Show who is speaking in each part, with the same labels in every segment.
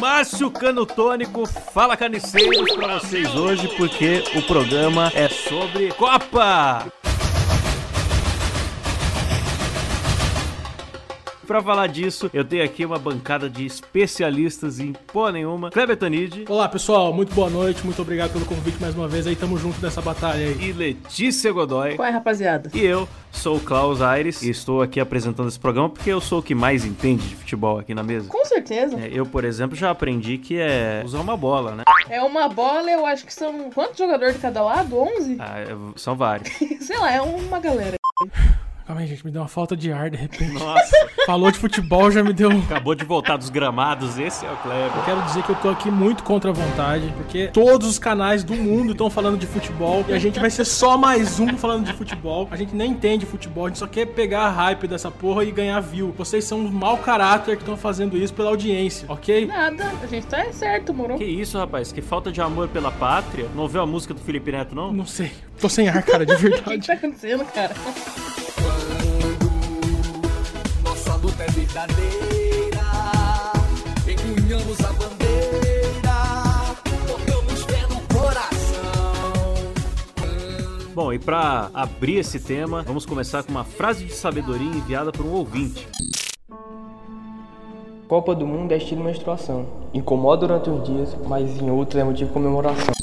Speaker 1: Márcio Canutônico, fala carniceiros pra vocês hoje, porque o programa é sobre Copa! Pra falar disso, eu tenho aqui uma bancada de especialistas em porra nenhuma. Kleber Tanid
Speaker 2: Olá pessoal, muito boa noite, muito obrigado pelo convite mais uma vez aí, tamo junto nessa batalha aí.
Speaker 1: e Letícia Godoy.
Speaker 3: Qual é, rapaziada?
Speaker 1: E eu sou o Klaus Aires e estou aqui apresentando esse programa porque eu sou o que mais entende de futebol aqui na mesa.
Speaker 3: Com certeza.
Speaker 1: É, eu, por exemplo, já aprendi que é usar uma bola, né?
Speaker 3: É uma bola, eu acho que são quantos jogadores de cada lado? 11?
Speaker 1: Ah, eu- são vários.
Speaker 3: Sei lá, é uma galera.
Speaker 2: Calma aí, gente, me deu uma falta de ar de repente.
Speaker 1: Nossa,
Speaker 2: Falou de futebol, já me deu.
Speaker 1: acabou de voltar dos gramados, esse é o Kleber.
Speaker 2: Quero dizer que eu tô aqui muito contra a vontade, porque todos os canais do mundo estão falando de futebol e a gente vai ser só mais um falando de futebol. A gente nem entende futebol, a gente só quer pegar a hype dessa porra e ganhar view. Vocês são um mau caráter que estão fazendo isso pela audiência, ok?
Speaker 3: Nada, a gente tá certo, moro?
Speaker 1: Que isso, rapaz? Que falta de amor pela pátria. Não ouviu a música do Felipe Neto, não?
Speaker 2: Não sei, tô sem ar, cara, de
Speaker 3: O que, que
Speaker 2: verdade.
Speaker 3: tá acontecendo, cara?
Speaker 4: Nossa luta é verdadeira. Empunhamos a bandeira, botamos pé no coração.
Speaker 1: Bom, e pra abrir esse tema, vamos começar com uma frase de sabedoria enviada por um ouvinte.
Speaker 5: Copa do Mundo é estilo menstruação. Incomoda durante os dias, mas em outros é motivo de comemoração.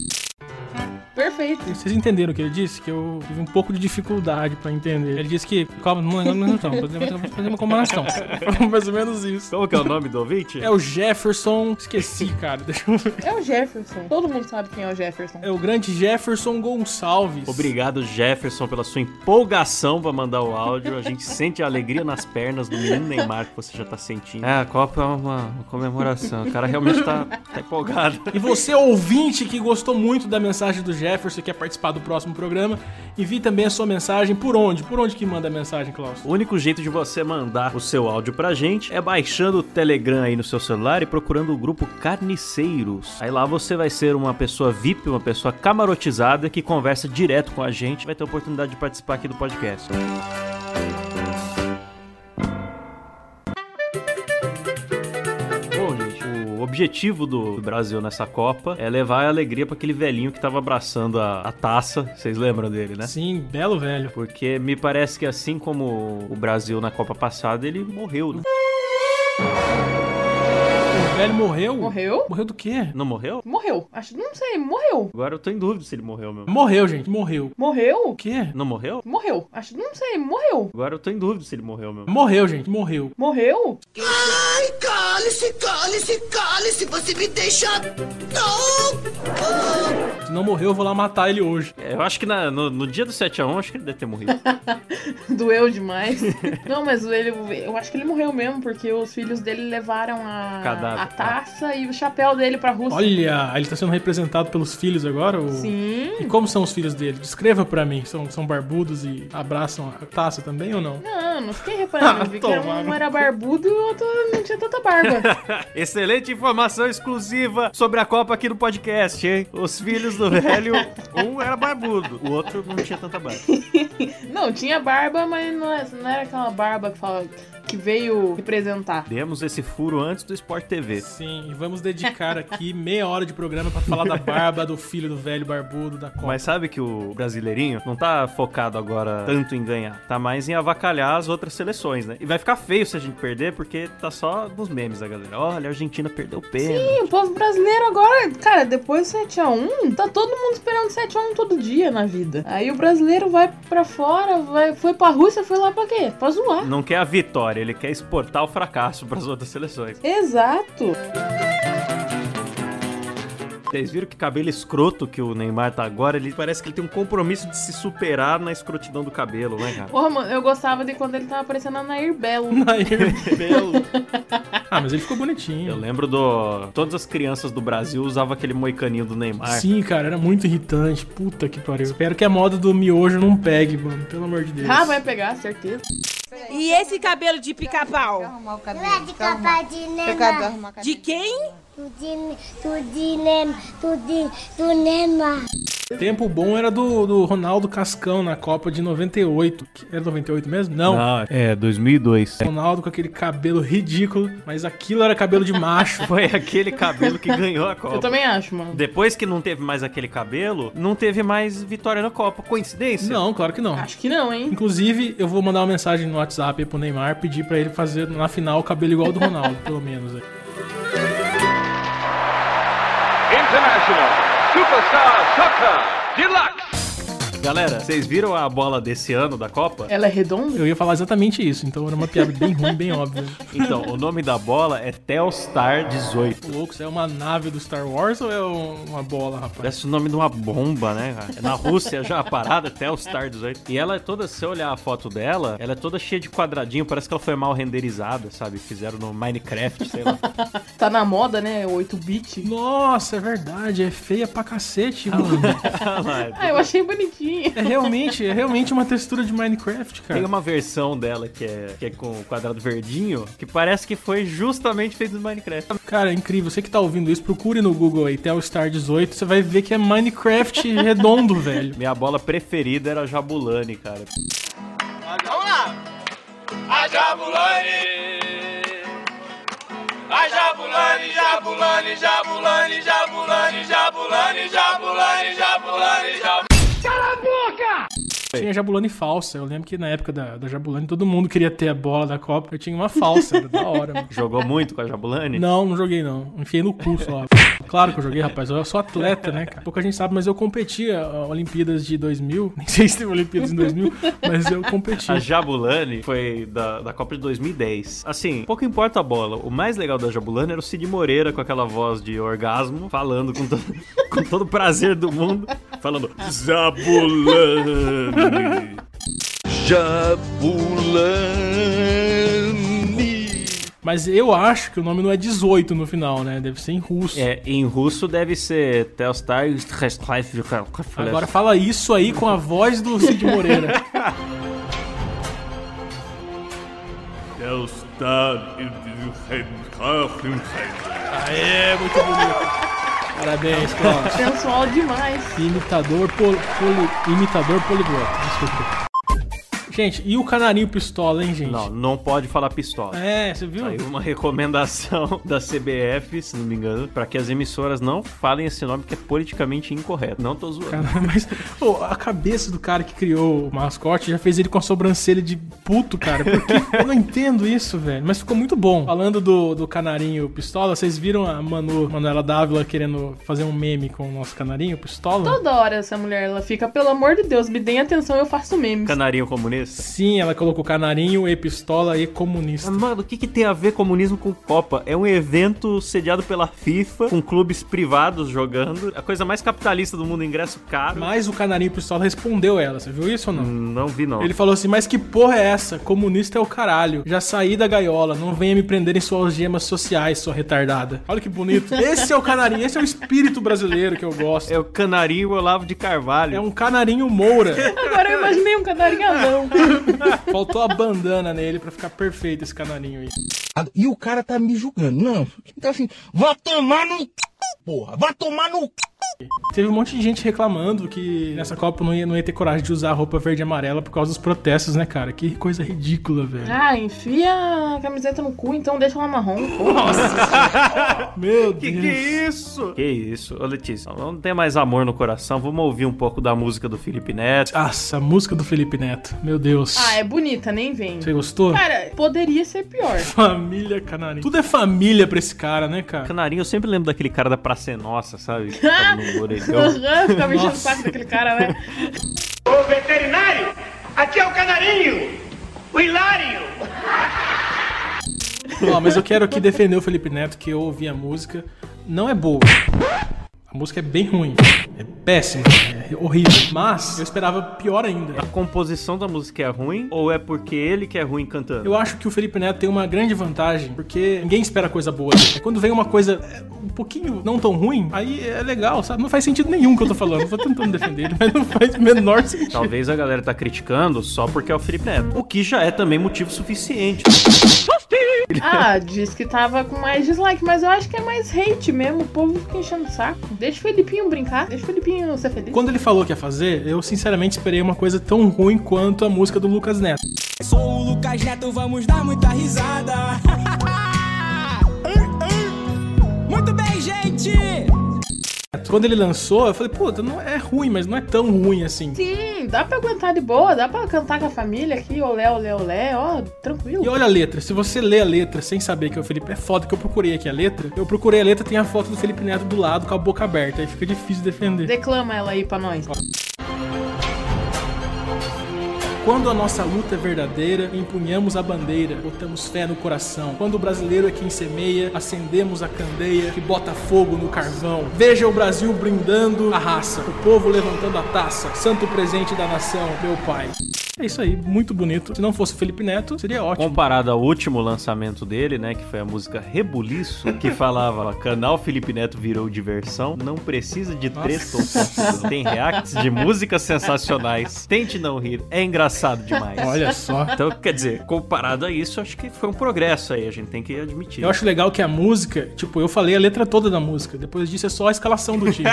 Speaker 3: Perfeito.
Speaker 2: Vocês entenderam o que ele disse? Que eu tive um pouco de dificuldade pra entender. Ele disse que. Calma, não lembro, não lembro, não lembro, vou fazer uma comemoração. Foi mais ou menos isso.
Speaker 1: Como que é o nome do ouvinte?
Speaker 2: É o Jefferson. Esqueci, cara. Deixa eu ver.
Speaker 3: É o Jefferson. Todo mundo sabe quem é o Jefferson.
Speaker 2: É o grande Jefferson Gonçalves.
Speaker 1: Obrigado, Jefferson, pela sua empolgação pra mandar o áudio. A gente sente a alegria nas pernas do menino Neymar que você já tá sentindo. É, a Copa é uma, uma comemoração. O cara realmente tá, tá empolgado.
Speaker 2: E você, ouvinte, que gostou muito da mensagem do Jefferson e quer participar do próximo programa, envie também a sua mensagem. Por onde? Por onde que manda a mensagem, Klaus?
Speaker 1: O único jeito de você mandar o seu áudio pra gente é baixando o Telegram aí no seu celular e procurando o grupo Carniceiros. Aí lá você vai ser uma pessoa VIP, uma pessoa camarotizada que conversa direto com a gente, vai ter a oportunidade de participar aqui do podcast. Bom, gente, o objetivo do do Brasil nessa Copa é levar a alegria pra aquele velhinho que tava abraçando a, a taça. Vocês lembram dele, né?
Speaker 2: Sim, belo velho.
Speaker 1: Porque me parece que assim como o Brasil na Copa passada, ele morreu. né?
Speaker 2: O velho morreu?
Speaker 3: Morreu?
Speaker 2: Morreu do quê?
Speaker 1: Não morreu?
Speaker 3: Morreu. Acho, não sei, morreu.
Speaker 1: Agora eu tô em dúvida se ele morreu mesmo.
Speaker 2: Morreu, gente, morreu.
Speaker 3: Morreu?
Speaker 2: O quê?
Speaker 1: Não morreu?
Speaker 3: Morreu. Acho, não sei, morreu.
Speaker 1: Agora eu tô em dúvida se ele morreu mesmo.
Speaker 2: Morreu, gente, morreu.
Speaker 3: Morreu?
Speaker 4: Ai, cale-se, cale-se, cale-se, você me deixa. Não!
Speaker 2: Se não morreu, eu vou lá matar ele hoje.
Speaker 1: É, Eu acho que na- no, no dia do 7x1, acho que ele deve ter morrido.
Speaker 3: Doeu demais. não, mas ele, eu acho que ele morreu mesmo, porque os filhos dele levaram a,
Speaker 1: Cadáver.
Speaker 3: a taça e o chapéu dele pra Rússia.
Speaker 2: Olha, ele tá sendo representado pelos filhos agora? O...
Speaker 3: Sim.
Speaker 2: E como são os filhos dele? Descreva pra mim. São, são barbudos e abraçam a taça também ou não?
Speaker 3: Não, não fiquei reparando.
Speaker 2: Ah,
Speaker 3: Eu vi que era
Speaker 2: tomar
Speaker 3: um
Speaker 2: no
Speaker 3: era barbudo e o outro não tinha tanta barba.
Speaker 1: Excelente informação exclusiva sobre a Copa aqui no podcast, hein? Os filhos do velho, um era barbudo, o outro não tinha tanta barba.
Speaker 3: não, tinha barba, mas não é- não era aquela barba que, fala, que veio representar.
Speaker 1: Demos esse furo antes do Sport TV.
Speaker 2: Sim, e vamos dedicar aqui meia hora de programa pra falar da barba, do filho do velho barbudo, da Copa.
Speaker 1: Mas sabe que o brasileirinho não tá focado agora tanto em ganhar, tá mais em avacalhar as outras seleções, né? E vai ficar feio se a gente perder, porque tá só nos memes da galera. Olha, a Argentina perdeu o pênalti.
Speaker 3: E o povo brasileiro agora, cara, depois do 7x1, tá todo mundo esperando 7x1 todo dia na vida. Aí o brasileiro vai pra fora, vai, foi pra Rússia, foi lá pra quê? Pra zoar.
Speaker 1: Não quer a vitória, ele quer exportar o fracasso pras outras seleções.
Speaker 3: Exato.
Speaker 1: Vocês viram que cabelo escroto que o Neymar tá agora? Ele parece que ele tem um compromisso de se superar na escrotidão do cabelo, né, cara?
Speaker 3: Porra, mano, eu gostava de quando ele tava aparecendo a Nair Belo.
Speaker 2: Aí, belo. ah, mas ele ficou bonitinho.
Speaker 1: Eu lembro do. Todas as crianças do Brasil usavam aquele moicaninho do Neymar.
Speaker 2: Sim, cara, era muito irritante. Puta que pariu. Espero que a moda do miojo não pegue, mano. Pelo amor de Deus.
Speaker 3: Ah, vai pegar, certeza.
Speaker 6: E esse cabelo de pica-pau?
Speaker 7: Arrumar o cabelo. Não é de capa de
Speaker 6: Pegado,
Speaker 7: nema.
Speaker 6: De quem?
Speaker 7: Do de, do de nema. Do de, do nema.
Speaker 2: Tempo bom era do, do Ronaldo Cascão na Copa de 98. Que- Era 98 mesmo? Não.
Speaker 1: Não, é, 2002.
Speaker 2: Ronaldo com aquele cabelo ridículo, mas aquilo era cabelo de macho.
Speaker 1: Foi aquele cabelo que ganhou a Copa.
Speaker 3: Eu também acho, mano.
Speaker 1: Depois que não teve mais aquele cabelo, não teve mais vitória na Copa. Coincidência?
Speaker 2: Não, claro que não.
Speaker 3: Acho que não, hein?
Speaker 2: Inclusive, eu vou mandar uma mensagem no WhatsApp aí pro Neymar pedir pra ele fazer na final o cabelo igual ao do Ronaldo, pelo menos. né? aí.
Speaker 8: International Superstar Soccer Deluxe.
Speaker 1: Galera, vocês viram a bola desse ano da Copa?
Speaker 3: Ela é redonda?
Speaker 2: Eu ia falar exatamente isso, então era uma piada bem ruim, bem óbvia.
Speaker 1: Então, o nome da bola é Telstar 18.
Speaker 2: Ô, Louco, isso é uma nave do Star Wars ou é um- uma bola, rapaz?
Speaker 1: Parece o nome de uma bomba, né, cara? Na Rússia já a parada, Telstar 18. E ela é toda, se você olhar a foto dela, ela é toda cheia de quadradinho, parece que ela foi mal renderizada, sabe? Fizeram no Minecraft, sei lá.
Speaker 3: Tá na moda, né? 8-bit.
Speaker 2: Nossa, é verdade, é feia pra cacete,
Speaker 1: Ah,
Speaker 2: mano.
Speaker 1: Olha lá,
Speaker 3: Ah, eu achei bonitinho.
Speaker 2: É realmente, é realmente uma textura de Minecraft,
Speaker 1: Tem
Speaker 2: cara.
Speaker 1: uma versão dela que é, que é com o quadrado verdinho, que parece que foi justamente feito no Minecraft.
Speaker 2: Cara, é incrível. Você que tá ouvindo isso, procure no Google aí, Telstar 18, você vai ver que é Minecraft redondo, velho.
Speaker 1: Minha bola preferida era a Jabulani, cara.
Speaker 8: Vamos lá. A Jabulani. A Jabulani, Jabulani, Jabulani, Jabulani, Jabulani, Jabulani, Jabulani, Jabulani.
Speaker 2: Tinha Jabulani falsa. Eu lembro que na época da, da Jabulani todo mundo queria ter a bola da Copa. Eu tinha uma falsa, era da hora, mano.
Speaker 1: Jogou muito com a Jabulani?
Speaker 2: Não, não joguei não. Enfiei no cu só. Claro que eu joguei, rapaz. Eu sou atleta, né, cara? Pouca gente sabe, mas eu competia ah, Olimpíadas de 2000. Nem sei se teve Olimpíadas em 2000, mas eu competi.
Speaker 1: A Jabulani foi da, da Copa de 2010. Assim, pouco importa a bola. O mais legal da Jabulani era o Cid Moreira com aquela voz de orgasmo, falando com, todo com todo o prazer do mundo, falando Jabulani.
Speaker 8: Jabulani.
Speaker 2: Mas eu acho que o nome não é 18 no final, né? Deve ser em russo.
Speaker 1: É, em russo deve ser Telstar.
Speaker 2: Agora fala isso aí com a voz do Cid Moreira.
Speaker 8: Telstar
Speaker 2: Aê, muito bonito. Parabéns, Cláudio.
Speaker 3: Sensual demais.
Speaker 2: Imitador, pol, poli- imitador poliglota. Desculpa. Gente, e o canarinho pistola, hein, gente?
Speaker 1: Não, não pode falar pistola.
Speaker 2: É, você viu?
Speaker 1: Saiu uma recomendação da CBF, se não me engano, pra que as emissoras não falem esse nome que é politicamente incorreto. Não tô zoando.
Speaker 2: Cara, mas pô, a cabeça do cara que criou o mascote já fez ele com a sobrancelha de puto, cara. Porque eu não entendo isso, velho. Mas ficou muito bom. Falando do, do canarinho pistola, vocês viram a Manu, Manuela Dávila querendo fazer um meme com o nosso canarinho pistola?
Speaker 3: Toda hora essa mulher, ela fica, pelo amor de Deus, me deem atenção, eu faço memes.
Speaker 1: Canarinho comunista?
Speaker 2: Sim, ela colocou canarinho e pistola e comunista.
Speaker 1: Mas, Mano, o que, que tem a ver comunismo com Copa? É um evento sediado pela FIFA, com clubes privados jogando. A coisa mais capitalista do mundo, ingresso caro.
Speaker 2: Mas o canarinho pistola respondeu ela. Você viu isso ou não?
Speaker 1: Não vi, não.
Speaker 2: Ele falou assim, mas que porra é essa? Comunista é o caralho. Já saí da gaiola, não venha me prender em suas gemas sociais, sua retardada. Olha que bonito. Esse é o canarinho, esse é o espírito brasileiro que eu gosto.
Speaker 1: É o canarinho Olavo de Carvalho.
Speaker 2: É um canarinho moura.
Speaker 3: Agora eu imaginei um canarinho anão.
Speaker 2: Faltou a bandana nele pra ficar perfeito esse canarinho aí.
Speaker 9: E o cara tá me julgando. Não. Então assim, vá tomar no c... porra. Vá tomar no c...
Speaker 2: Teve um monte de gente reclamando que nessa Copa não ia, não ia ter coragem de usar roupa verde e amarela por causa dos protestos, né, cara? Que coisa ridícula, velho.
Speaker 3: Ah, enfia a camiseta no cu, então deixa ela marrom. pô.
Speaker 2: Meu
Speaker 1: Ah,
Speaker 2: Deus.
Speaker 1: Que que é isso? Que isso? Ô, Letícia, não tem mais amor no coração. Vamos ouvir um pouco da música do Felipe Neto.
Speaker 2: Nossa, a música do Felipe Neto. Meu Deus.
Speaker 3: Ah, é bonita, nem vem.
Speaker 2: Você gostou?
Speaker 1: Ah,
Speaker 3: Cara, poderia ser pior.
Speaker 2: Família canarinho. Tudo é família pra esse cara, né, cara?
Speaker 1: Canarinho, eu sempre lembro daquele cara da Praça é Nossa, sabe? Que tá no orelhão.
Speaker 3: Aham, Ficar mexendo o
Speaker 2: Nossa.
Speaker 3: saco daquele cara, né?
Speaker 8: Ô veterinário, aqui é o canarinho, o hilário.
Speaker 2: Ó, mas eu quero aqui defender o Felipe Neto, que eu ouvi a música. Não é boa. A música é bem ruim. É péssima. É horrível. Mas eu esperava pior ainda.
Speaker 1: A composição da música é ruim ou é porque ele que é ruim cantando?
Speaker 2: Eu acho que o Felipe Neto tem uma grande vantagem, porque ninguém espera coisa boa. dele. Quando vem uma coisa é, um pouquinho não tão ruim, aí é legal, sabe? Não faz sentido nenhum que eu tô falando. Eu tô tentando defender ele, mas não faz o menor sentido.
Speaker 1: Talvez a galera tá criticando só porque é o Felipe Neto. O que já é também motivo suficiente.
Speaker 3: Ah, diz que tava com mais dislike, mas eu acho que é mais hate mesmo. O povo fica enchendo o saco. Deixa o Felipinho brincar, deixa o Felipinho ser feliz.
Speaker 2: Quando ele falou que ia fazer, eu sinceramente esperei uma coisa tão ruim quanto a música do Lucas Neto.
Speaker 4: Sou o Lucas Neto, vamos dar muita risada. Muito bem, gente.
Speaker 2: Quando ele lançou, eu falei, puta, não é ruim, mas não é tão ruim assim.
Speaker 3: Sim, dá pra aguentar de boa, dá pra cantar com a família aqui, olé, olé, olé, ó, tranquilo.
Speaker 2: E olha a letra, se você lê a letra sem saber que é o Felipe, é foda que eu procurei aqui a letra. Eu procurei a letra, tem a foto do Felipe Neto do lado com a boca aberta, aí fica difícil defender.
Speaker 3: Declama ela aí pra nós.
Speaker 2: Quando a nossa luta é verdadeira, empunhamos a bandeira, botamos fé no coração. Quando o brasileiro é quem semeia, acendemos a candeia que bota fogo no carvão. Veja o Brasil brindando a raça, o povo levantando a taça, santo presente da nação, meu pai. É isso aí, muito bonito. Se não fosse o Felipe Neto, seria ótimo.
Speaker 1: Comparado ao último lançamento dele, né, que foi a música Rebuliço, que falava, ó, canal Felipe Neto virou diversão, não precisa de treta ou confusão. Tem reacts de músicas sensacionais. Tente não rir, é engraçado demais.
Speaker 2: Olha só.
Speaker 1: Então, quer dizer, comparado a isso, acho que foi um progresso aí, a gente tem que admitir.
Speaker 2: Eu acho legal que a música, tipo, eu falei a letra toda da música. Depois disso é só a escalação do time.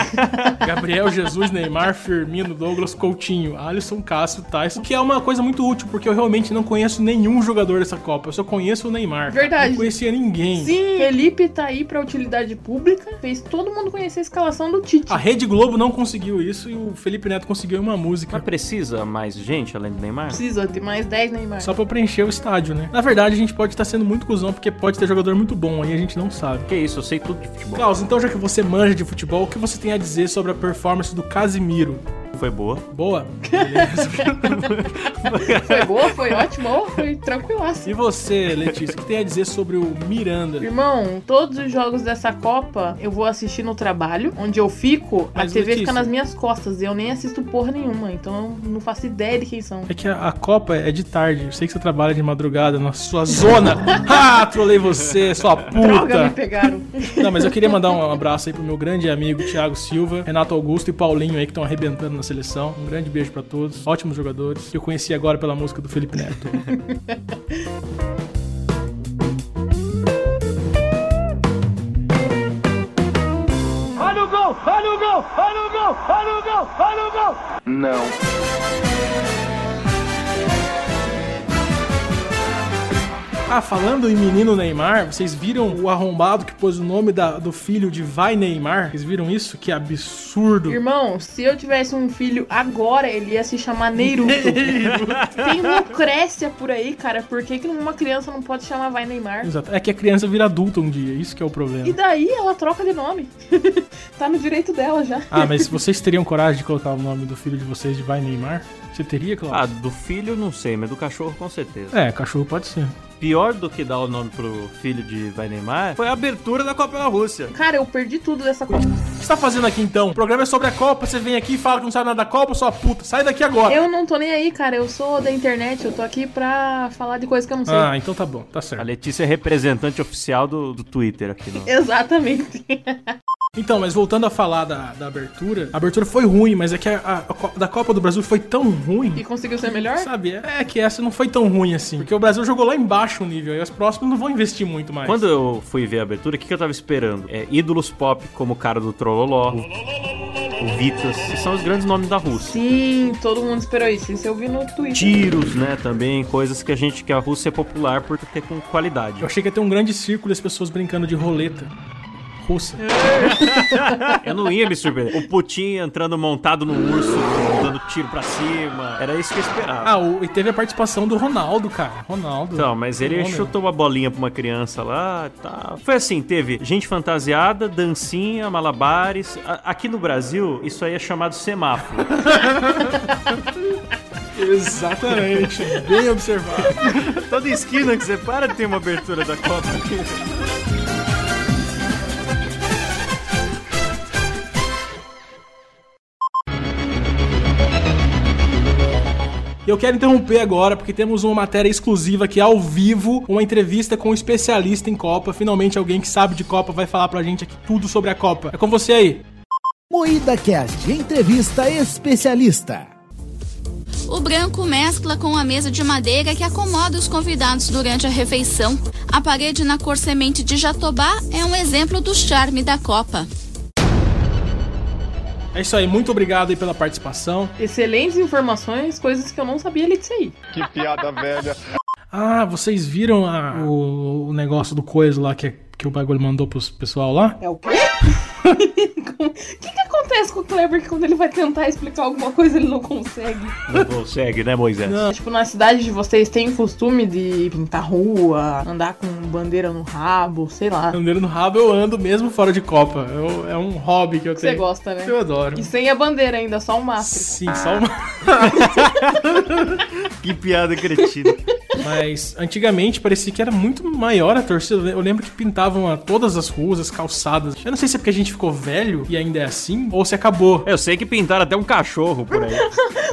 Speaker 2: Gabriel, Jesus, Neymar, Firmino, Douglas, Coutinho, Alisson, Cássio, Tyson. Que é uma coisa muito útil, porque eu realmente não conheço nenhum jogador dessa Copa. Eu só conheço o Neymar.
Speaker 3: Verdade.
Speaker 2: Não conhecia ninguém.
Speaker 3: Sim, Felipe tá aí pra utilidade pública, fez todo mundo conhecer a escalação do Tite.
Speaker 2: A Rede Globo não conseguiu isso e o Felipe Neto conseguiu em uma música.
Speaker 1: Mas precisa mais gente além do Neymar?
Speaker 3: Precisa ter mais 10 Neymar.
Speaker 2: Só pra preencher o estádio, né? Na verdade, a gente pode estar sendo muito cuzão, porque pode ter jogador muito bom aí, a gente não sabe.
Speaker 1: Que isso, eu sei tudo de futebol.
Speaker 2: Klaus, então já que você manja de futebol, o que você tem a dizer sobre a performance do Casimiro?
Speaker 1: Foi boa.
Speaker 2: Boa? Beleza.
Speaker 3: Foi boa, foi ótimo, foi tranquilaço.
Speaker 2: e você, Letícia, o que tem a dizer sobre o Miranda?
Speaker 3: Irmão, todos os jogos dessa Copa eu vou assistir no trabalho, onde eu fico,
Speaker 2: Mas,
Speaker 3: a TV
Speaker 2: Letícia-
Speaker 3: fica nas minhas costas e eu nem assisto porra nenhuma, então eu não faço ideia de quem são.
Speaker 2: É que a, a Copa é de tarde. Eu sei que você trabalha de madrugada na sua zona. ah, trolei você, sua
Speaker 3: Droga, me
Speaker 2: puta.
Speaker 3: pegaram.
Speaker 2: Não, mas eu queria mandar um abraço aí pro meu grande amigo Thiago Silva, Renato Augusto e Paulinho aí que estão arrebentando na seleção. Um grande beijo pra todos. Ótimos jogadores que eu conheci agora pela música do Felipe Neto.
Speaker 8: Olha o gol, olha o gol, olha o gol, olha o gol, olha o gol.
Speaker 2: Ah, falando em menino Neymar, vocês viram o arrombado que pôs o nome da- do filho de Vai Neymar? Vocês viram isso? Que absurdo.
Speaker 3: Irmão, se eu tivesse um filho agora, ele ia se chamar Neiruto. Tem Lucrécia por aí, cara. Por que, que uma criança não pode chamar Vai Neymar?
Speaker 2: Exato. É que a criança vira adulta um dia, isso que é o problema.
Speaker 3: E daí ela troca de nome. tá no direito dela já.
Speaker 2: Ah, mas vocês teriam coragem de colocar o nome do filho de vocês de Vai Neymar? Você teria,
Speaker 1: Ah,
Speaker 2: Cláudio?
Speaker 1: do filho não sei, mas do cachorro com certeza.
Speaker 2: É, cachorro pode ser.
Speaker 1: Pior do que dar o nome pro filho de Vai Neymar foi a abertura da Copa da Rússia.
Speaker 3: Cara, eu perdi tudo dessa Copa.
Speaker 2: O que você tá fazendo aqui então? O programa é sobre a Copa, você vem aqui e fala que não sabe nada da Copa, sua puta. Sai daqui agora.
Speaker 3: Eu não tô nem aí, cara. Eu sou da internet. Eu tô aqui pra falar de coisa que eu não sei.
Speaker 2: Ah, então tá bom, tá
Speaker 1: A
Speaker 2: certo.
Speaker 1: Letícia é representante oficial do, do Twitter aqui né? no.
Speaker 3: Exatamente.
Speaker 2: Então, mas voltando a falar da, da abertura, a abertura foi ruim, mas é que a, a- a Co- da Copa do Brasil foi tão
Speaker 3: E
Speaker 2: ruim.
Speaker 3: conseguiu ser melhor?
Speaker 2: Sabe, é é que essa não foi tão ruim assim. Porque o Brasil jogou lá embaixo o nível e as próximas não vão investir muito mais.
Speaker 1: Quando eu fui ver a abertura, o que, que eu tava esperando? É ídolos pop, como o cara do Trololó, o, o Vitas, que são os grandes nomes da Rússia.
Speaker 3: Sim, todo mundo esperou isso. Isso eu vi no Twitter.
Speaker 1: Tiros, né, também, coisas que a gente, que a Rússia é popular por ter com qualidade.
Speaker 2: Eu achei que ia ter um grande círculo e as pessoas brincando de roleta russa.
Speaker 1: Eu não ia me surpreender. O Putin entrando montado no urso, dando tiro pra cima. Era isso que eu esperava.
Speaker 2: Ah, o- e teve a participação do Ronaldo, cara. Ronaldo.
Speaker 1: Então, mas ele
Speaker 2: Fenômeno.
Speaker 1: chutou uma bolinha pra uma criança lá e tal. Foi assim, teve gente fantasiada, dancinha, malabares. A- aqui no Brasil, isso aí é chamado semáforo.
Speaker 2: Exatamente. Bem observado.
Speaker 1: Toda esquina que você para tem uma abertura da Copa.
Speaker 2: E eu quero interromper agora, porque temos uma matéria exclusiva aqui ao vivo, uma entrevista com um especialista em Copa. Finalmente alguém que sabe de Copa vai falar pra gente aqui tudo sobre a Copa. É com você aí.
Speaker 10: Moída Cast, entrevista especialista. O branco mescla com a mesa de madeira que acomoda os convidados durante a refeição. A parede na cor semente de jatobá é um exemplo do charme da Copa.
Speaker 2: É isso aí, muito obrigado aí pela participação.
Speaker 3: Excelentes informações, coisas que eu não sabia ali disso aí.
Speaker 11: Que piada velha.
Speaker 2: Ah, vocês viram a- o, o negócio do coisa lá que, é, que o bagulho mandou pros pessoal lá?
Speaker 3: É o quê? O que, que acontece com o Kleber que quando ele vai tentar explicar alguma coisa ele não consegue?
Speaker 1: Não consegue, né, Moisés?
Speaker 3: Tipo, na cidade de vocês tem costume de pintar rua, andar com bandeira no rabo, sei lá.
Speaker 2: Bandeira no rabo eu ando mesmo fora de Copa. Eu- é um hobby que eu
Speaker 3: Você
Speaker 2: tenho.
Speaker 3: gosta, né?
Speaker 2: Eu adoro.
Speaker 3: E sem a bandeira ainda, só o mastro.
Speaker 2: Sim, só uma.
Speaker 1: que piada cretina.
Speaker 2: Mas antigamente parecia que era muito maior a torcida. Eu lembro que pintavam a todas as ruas, as calçadas. Eu não sei se é porque a gente ficou velho e ainda é assim, ou se acabou.
Speaker 1: Eu sei que pintaram até um cachorro por aí.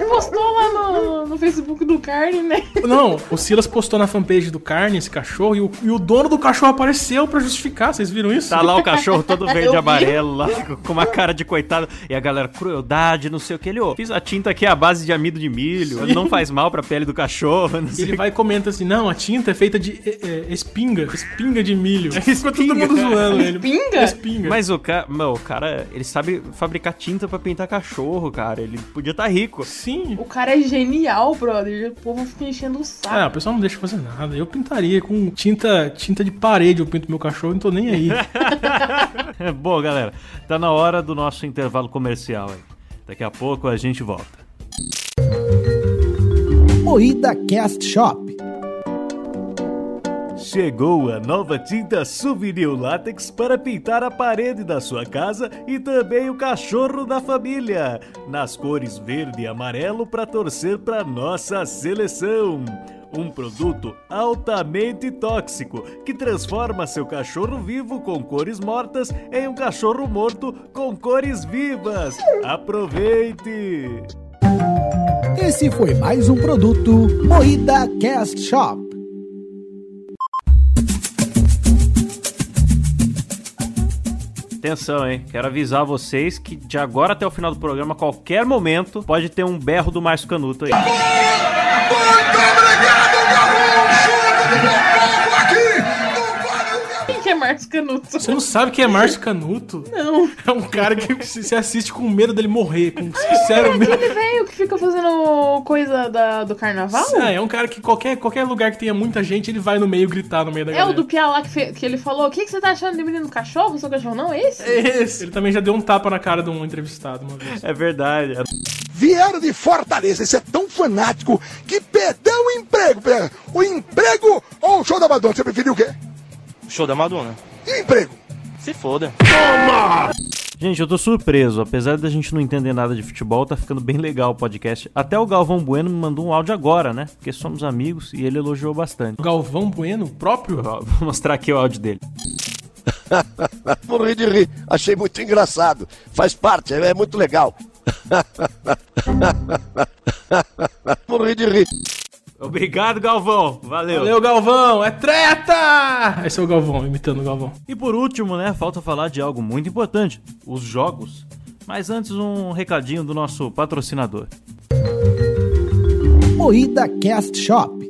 Speaker 3: Postou lá no, no Facebook do Carne, né?
Speaker 2: É, Não, o Silas postou na fanpage do Carne esse cachorro e o, e o dono do cachorro apareceu pra justificar. Vocês viram isso?
Speaker 1: Tá lá o cachorro todo verde e
Speaker 2: Eu vi.
Speaker 1: amarelo, lá com- com uma cara de coitado. E a galera, crueldade, não sei o que. Ele, ô, fiz a tinta aqui à base de amido de milho,
Speaker 2: Sim.
Speaker 1: não faz mal pra pele do cachorro, não
Speaker 2: E
Speaker 1: sei
Speaker 2: Ele vai e comenta assim: não, a tinta é feita de é, é, espinga, espinga de milho. Aí Ficou todo
Speaker 1: É Espinga.
Speaker 2: mundo zoando ele.
Speaker 3: Espinga?
Speaker 2: Espinga.
Speaker 1: Mas o cara, meu, o cara, ele sabe fabricar tinta pra pintar cachorro, cara. Ele podia estar rico.
Speaker 2: Sim.
Speaker 3: O cara é genial, brother. O povo fica enchendo o saco.
Speaker 2: Ah, o pessoal não deixa eu fazer nada. Eu pintaria com tinta tinta de parede, eu pinto meu cachorro, não tô nem aí.
Speaker 1: Bom, galera, tá na hora do nosso intervalo comercial aí. Daqui a pouco a gente volta.
Speaker 12: Moída Cast Shop.
Speaker 1: Chegou a nova tinta Souvenir Látex para pintar a parede da sua casa e também o cachorro da família. Nas cores verde e amarelo para torcer para nossa seleção. Um produto altamente tóxico que transforma seu cachorro vivo com cores mortas em um cachorro morto com cores vivas. Aproveite!
Speaker 12: Esse foi mais um produto Moída Cast Shop.
Speaker 1: Atenção, hein? Quero avisar vocês que de agora até o final do programa, a qualquer momento, pode ter um berro do Márcio Canuto aí.
Speaker 3: Quem que é Marcos Canuto?
Speaker 2: Você não sabe quem é Márcio Canuto?
Speaker 3: Não.
Speaker 2: É um cara que você assiste com medo dele morrer, com sincero medo.
Speaker 3: Aquele velho que fica fazendo coisa da- do carnaval?
Speaker 2: Ah, é um cara que qualquer, qualquer lugar que tenha muita gente, ele vai no meio gritar no meio da
Speaker 3: É
Speaker 2: galera.
Speaker 3: o do Piá lá que, fe- que ele falou: O que, que você tá achando de menino cachorro? Seu cachorro não é esse?
Speaker 2: Esse. Ele também já deu um tapa na cara de um entrevistado uma vez.
Speaker 1: É verdade.
Speaker 9: Vieram de Fortaleza, esse é tão fanático que perdeu o emprego. Pera, O emprego ou o show da Madonna? Você preferiu o quê?
Speaker 5: Show da Madonna.
Speaker 9: E emprego?
Speaker 5: Se foda.
Speaker 1: Gente, eu tô surpreso. Apesar da gente não entender nada de futebol, tá ficando bem legal o podcast. Até o Galvão Bueno me mandou um áudio agora, né? Porque somos amigos e ele elogiou bastante.
Speaker 2: Galvão Bueno próprio?
Speaker 1: Vou mostrar aqui o áudio dele.
Speaker 13: Ah, Morri de rir, achei muito engraçado. Faz parte, é muito legal. Morri de rir.
Speaker 1: Obrigado, Galvão. Valeu.
Speaker 2: Valeu, Galvão! É treta! Esse é o Galvão, imitando o Galvão.
Speaker 1: E por último, né? Falta falar de algo muito importante: os jogos. Mas antes, um recadinho do nosso patrocinador.
Speaker 12: Moída Cast Shop.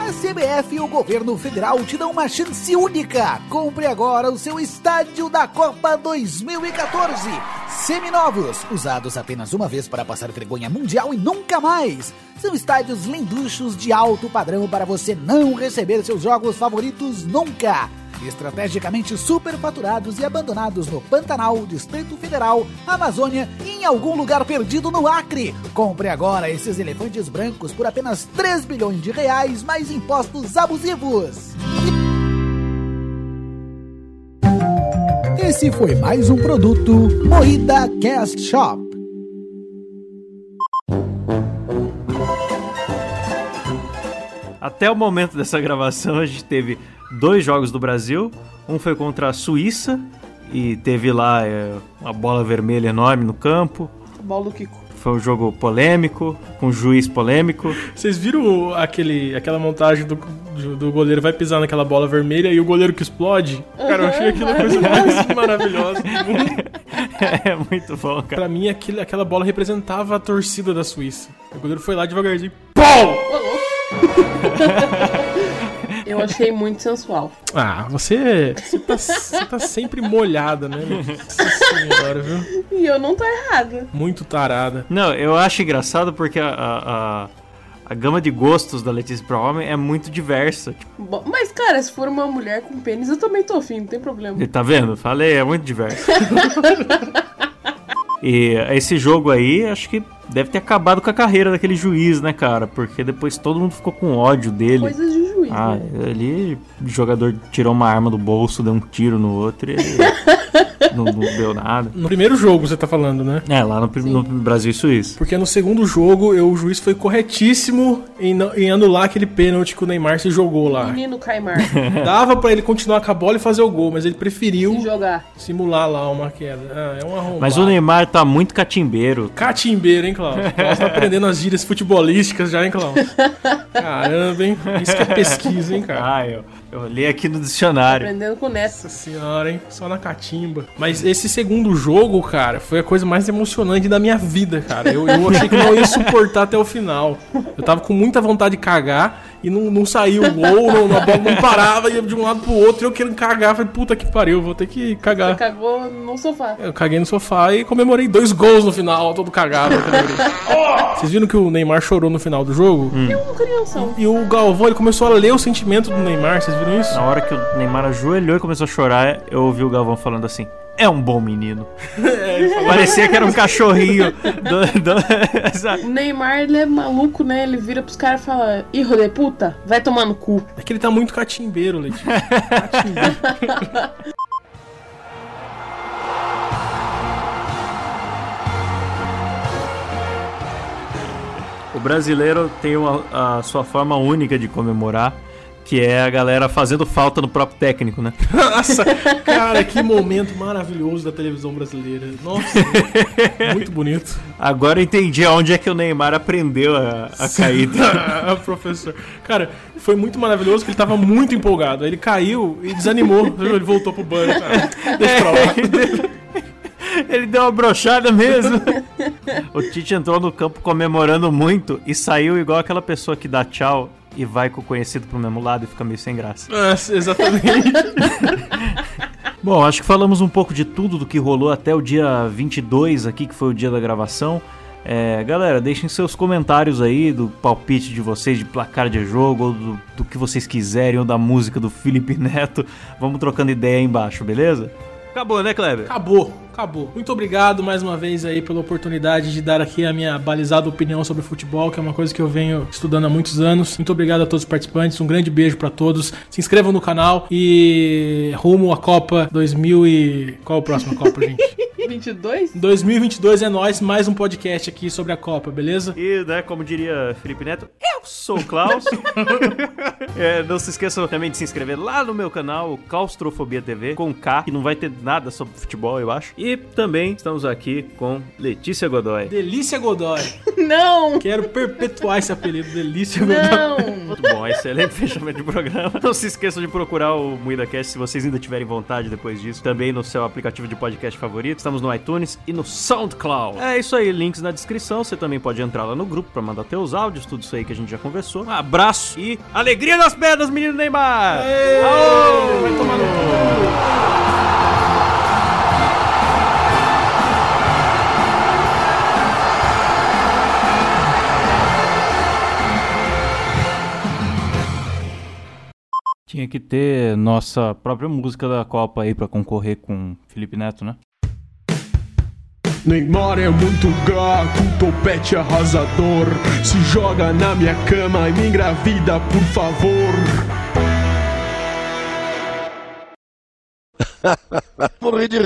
Speaker 12: A CBF e o governo federal te dão uma chance única. Compre agora o seu estádio da Copa 2014. Seminovos, usados apenas uma vez para passar vergonha mundial e nunca mais. São estádios linduchos de alto padrão para você não receber seus jogos favoritos nunca estrategicamente superfaturados e abandonados no Pantanal, Distrito Federal, Amazônia e em algum lugar perdido no Acre. Compre agora esses elefantes brancos por apenas 3 bilhões de reais mais impostos abusivos. Esse foi mais um produto Moída Cast Shop.
Speaker 1: Até o momento dessa gravação, a gente teve dois jogos do Brasil. Um foi contra a Suíça e teve lá é, uma bola vermelha enorme no campo.
Speaker 3: Bola do Kiko.
Speaker 1: Foi um jogo polêmico, com um juiz polêmico.
Speaker 2: Vocês viram o- aquele, aquela montagem do, do, do goleiro vai pisar naquela bola vermelha e o goleiro que explode? Cara, eu achei aquilo uma coisa mais maravilhosa do mundo.
Speaker 1: é muito bom, cara.
Speaker 2: Pra mim, aquilo- aquela bola representava a torcida da Suíça. O goleiro foi lá devagarzinho. POU!
Speaker 3: Eu achei muito sensual.
Speaker 2: Ah, você. Você tá, você tá sempre molhada, né? Nossa senhora, viu?
Speaker 3: E eu não tô errada.
Speaker 2: Muito tarada.
Speaker 1: Não, eu acho engraçado porque a, a, a, a gama de gostos da Letícia pra homem é muito diversa. Tipo,
Speaker 3: Bom, mas, cara, se for uma mulher com pênis, eu também tô afim, não tem problema.
Speaker 1: tá vendo? Falei, é muito diversa. e esse jogo aí, acho que deve ter acabado com a carreira daquele juiz, né, cara? Porque depois todo mundo ficou com ódio dele.
Speaker 3: Coisas de juiz,
Speaker 1: Ah,
Speaker 3: né?
Speaker 1: ali o jogador tirou uma arma do bolso, deu um tiro no outro e não, não deu nada.
Speaker 2: No primeiro jogo você tá falando, né?
Speaker 1: É, lá no, prim- no Brasil e Suíça.
Speaker 2: Porque no segundo jogo, eu, o juiz foi corretíssimo em, não- em anular aquele pênalti que o Neymar se jogou lá.
Speaker 3: Menino Caimar.
Speaker 2: Dava pra ele continuar com a bola e fazer o gol, mas ele preferiu
Speaker 3: Se jogar.
Speaker 2: simular lá uma queda. Ah, é um arrombado.
Speaker 1: Mas o Neymar tá muito catimbeiro.
Speaker 2: Catimbeiro, hein, Cláudio? Cláudio tá aprendendo as gírias futebolísticas já, hein, Cláudio? Caramba, hein? Isso que é pesquisa, hein, cara?
Speaker 1: Ah, eu, eu olhei aqui no dicionário.
Speaker 3: Aprendendo com o Neto.
Speaker 2: Senhora, hein? Só na catimba. Mas esse segundo jogo, cara, foi a coisa mais emocionante da minha vida, cara. Eu, eu achei que não ia suportar até o final. Eu tava com muita vontade de cagar e não, não saiu o gol, não, a bola não parava, ia de um lado pro outro e eu querendo cagar. Falei, puta que pariu, vou ter que
Speaker 3: Você
Speaker 2: cagar.
Speaker 3: cagou no sofá.
Speaker 2: Eu caguei no sofá e comemorei dois gols no final, todo cagado. eu comemorei. Vocês viram que o Neymar chorou no final do jogo?
Speaker 3: Eu não crianção.
Speaker 2: E o Galvão, ele começou a ler o sentimento do Neymar, vocês viram isso?
Speaker 1: Na hora que o Neymar ajoelhou e começou a chorar, eu ouvi o Galvão falando assim: é um bom menino. Parecia que era um cachorrinho. do- do- Sabe?
Speaker 3: O Neymar, ele é maluco, né? Ele vira pros caras e fala: Hijo de puta, vai tomar no cu.
Speaker 2: É que ele tá muito catimbeiro, Letícia. Catimbeiro.
Speaker 1: O brasileiro tem uma- a sua forma única de comemorar, que é a galera fazendo falta no próprio técnico, né?
Speaker 2: Nossa, cara, que momento maravilhoso da televisão brasileira. Nossa, muito bonito.
Speaker 1: Agora eu entendi aonde é que o Neymar aprendeu a, a caída.
Speaker 2: Ah, professor. Cara, foi muito maravilhoso porque ele tava muito empolgado. Aí Ele caiu e desanimou. Ele voltou pro banho. Ah, Deixa pra lá.
Speaker 1: Ele deu uma brochada mesmo. o Tite entrou no campo comemorando muito e saiu igual aquela pessoa que dá tchau e vai com o conhecido pro mesmo lado e fica meio sem graça.
Speaker 2: Nossa, exatamente.
Speaker 1: Bom, acho que falamos um pouco de tudo do que rolou até o dia 22 aqui, que foi o dia da gravação. É, galera, deixem seus comentários aí do palpite de vocês, de placar de jogo, ou do, do que vocês quiserem, ou da música do Felipe Neto. Vamos trocando ideia aí embaixo, beleza? Acabou, né, Kleber?
Speaker 2: Acabou, acabou. Muito obrigado mais uma vez aí pela oportunidade de dar aqui a minha balizada opinião sobre futebol, que é uma coisa que eu venho estudando há muitos anos. Muito obrigado a todos os participantes, um grande beijo pra todos. Se inscrevam no canal e rumo à Copa 2000 e qual é a próxima Copa, gente?
Speaker 3: 22?
Speaker 2: 2022 é nós, mais um podcast aqui sobre a Copa, beleza?
Speaker 1: E, né, como diria Felipe Neto, eu sou o Klaus. É, não se esqueçam também de se inscrever lá no meu canal, o Claustrofobia TV, com K, que não vai ter nada sobre futebol, eu acho. E também estamos aqui com Letícia Godoy.
Speaker 2: Delícia Godoy.
Speaker 3: Não!
Speaker 2: Quero perpetuar esse apelido, Delícia Godoy.
Speaker 3: Não!
Speaker 1: Muito bom, excelente fechamento de programa. Não se esqueçam de procurar o MuidaCast se vocês ainda tiverem vontade depois disso. Também no seu aplicativo de podcast favorito. Estamos no iTunes e no SoundCloud. É isso aí, links na descrição. Você também pode entrar lá no grupo pra mandar teus áudios, tudo isso aí que a gente já conversou. Um abraço e alegria nas pernas, menino Neymar! Aô! Tinha que ter nossa própria música da Copa aí pra concorrer com Felipe Neto, né?
Speaker 11: Neymar é muito gato, topete arrasador. Se joga na minha cama e me engravida, por favor.
Speaker 13: Morri de rir.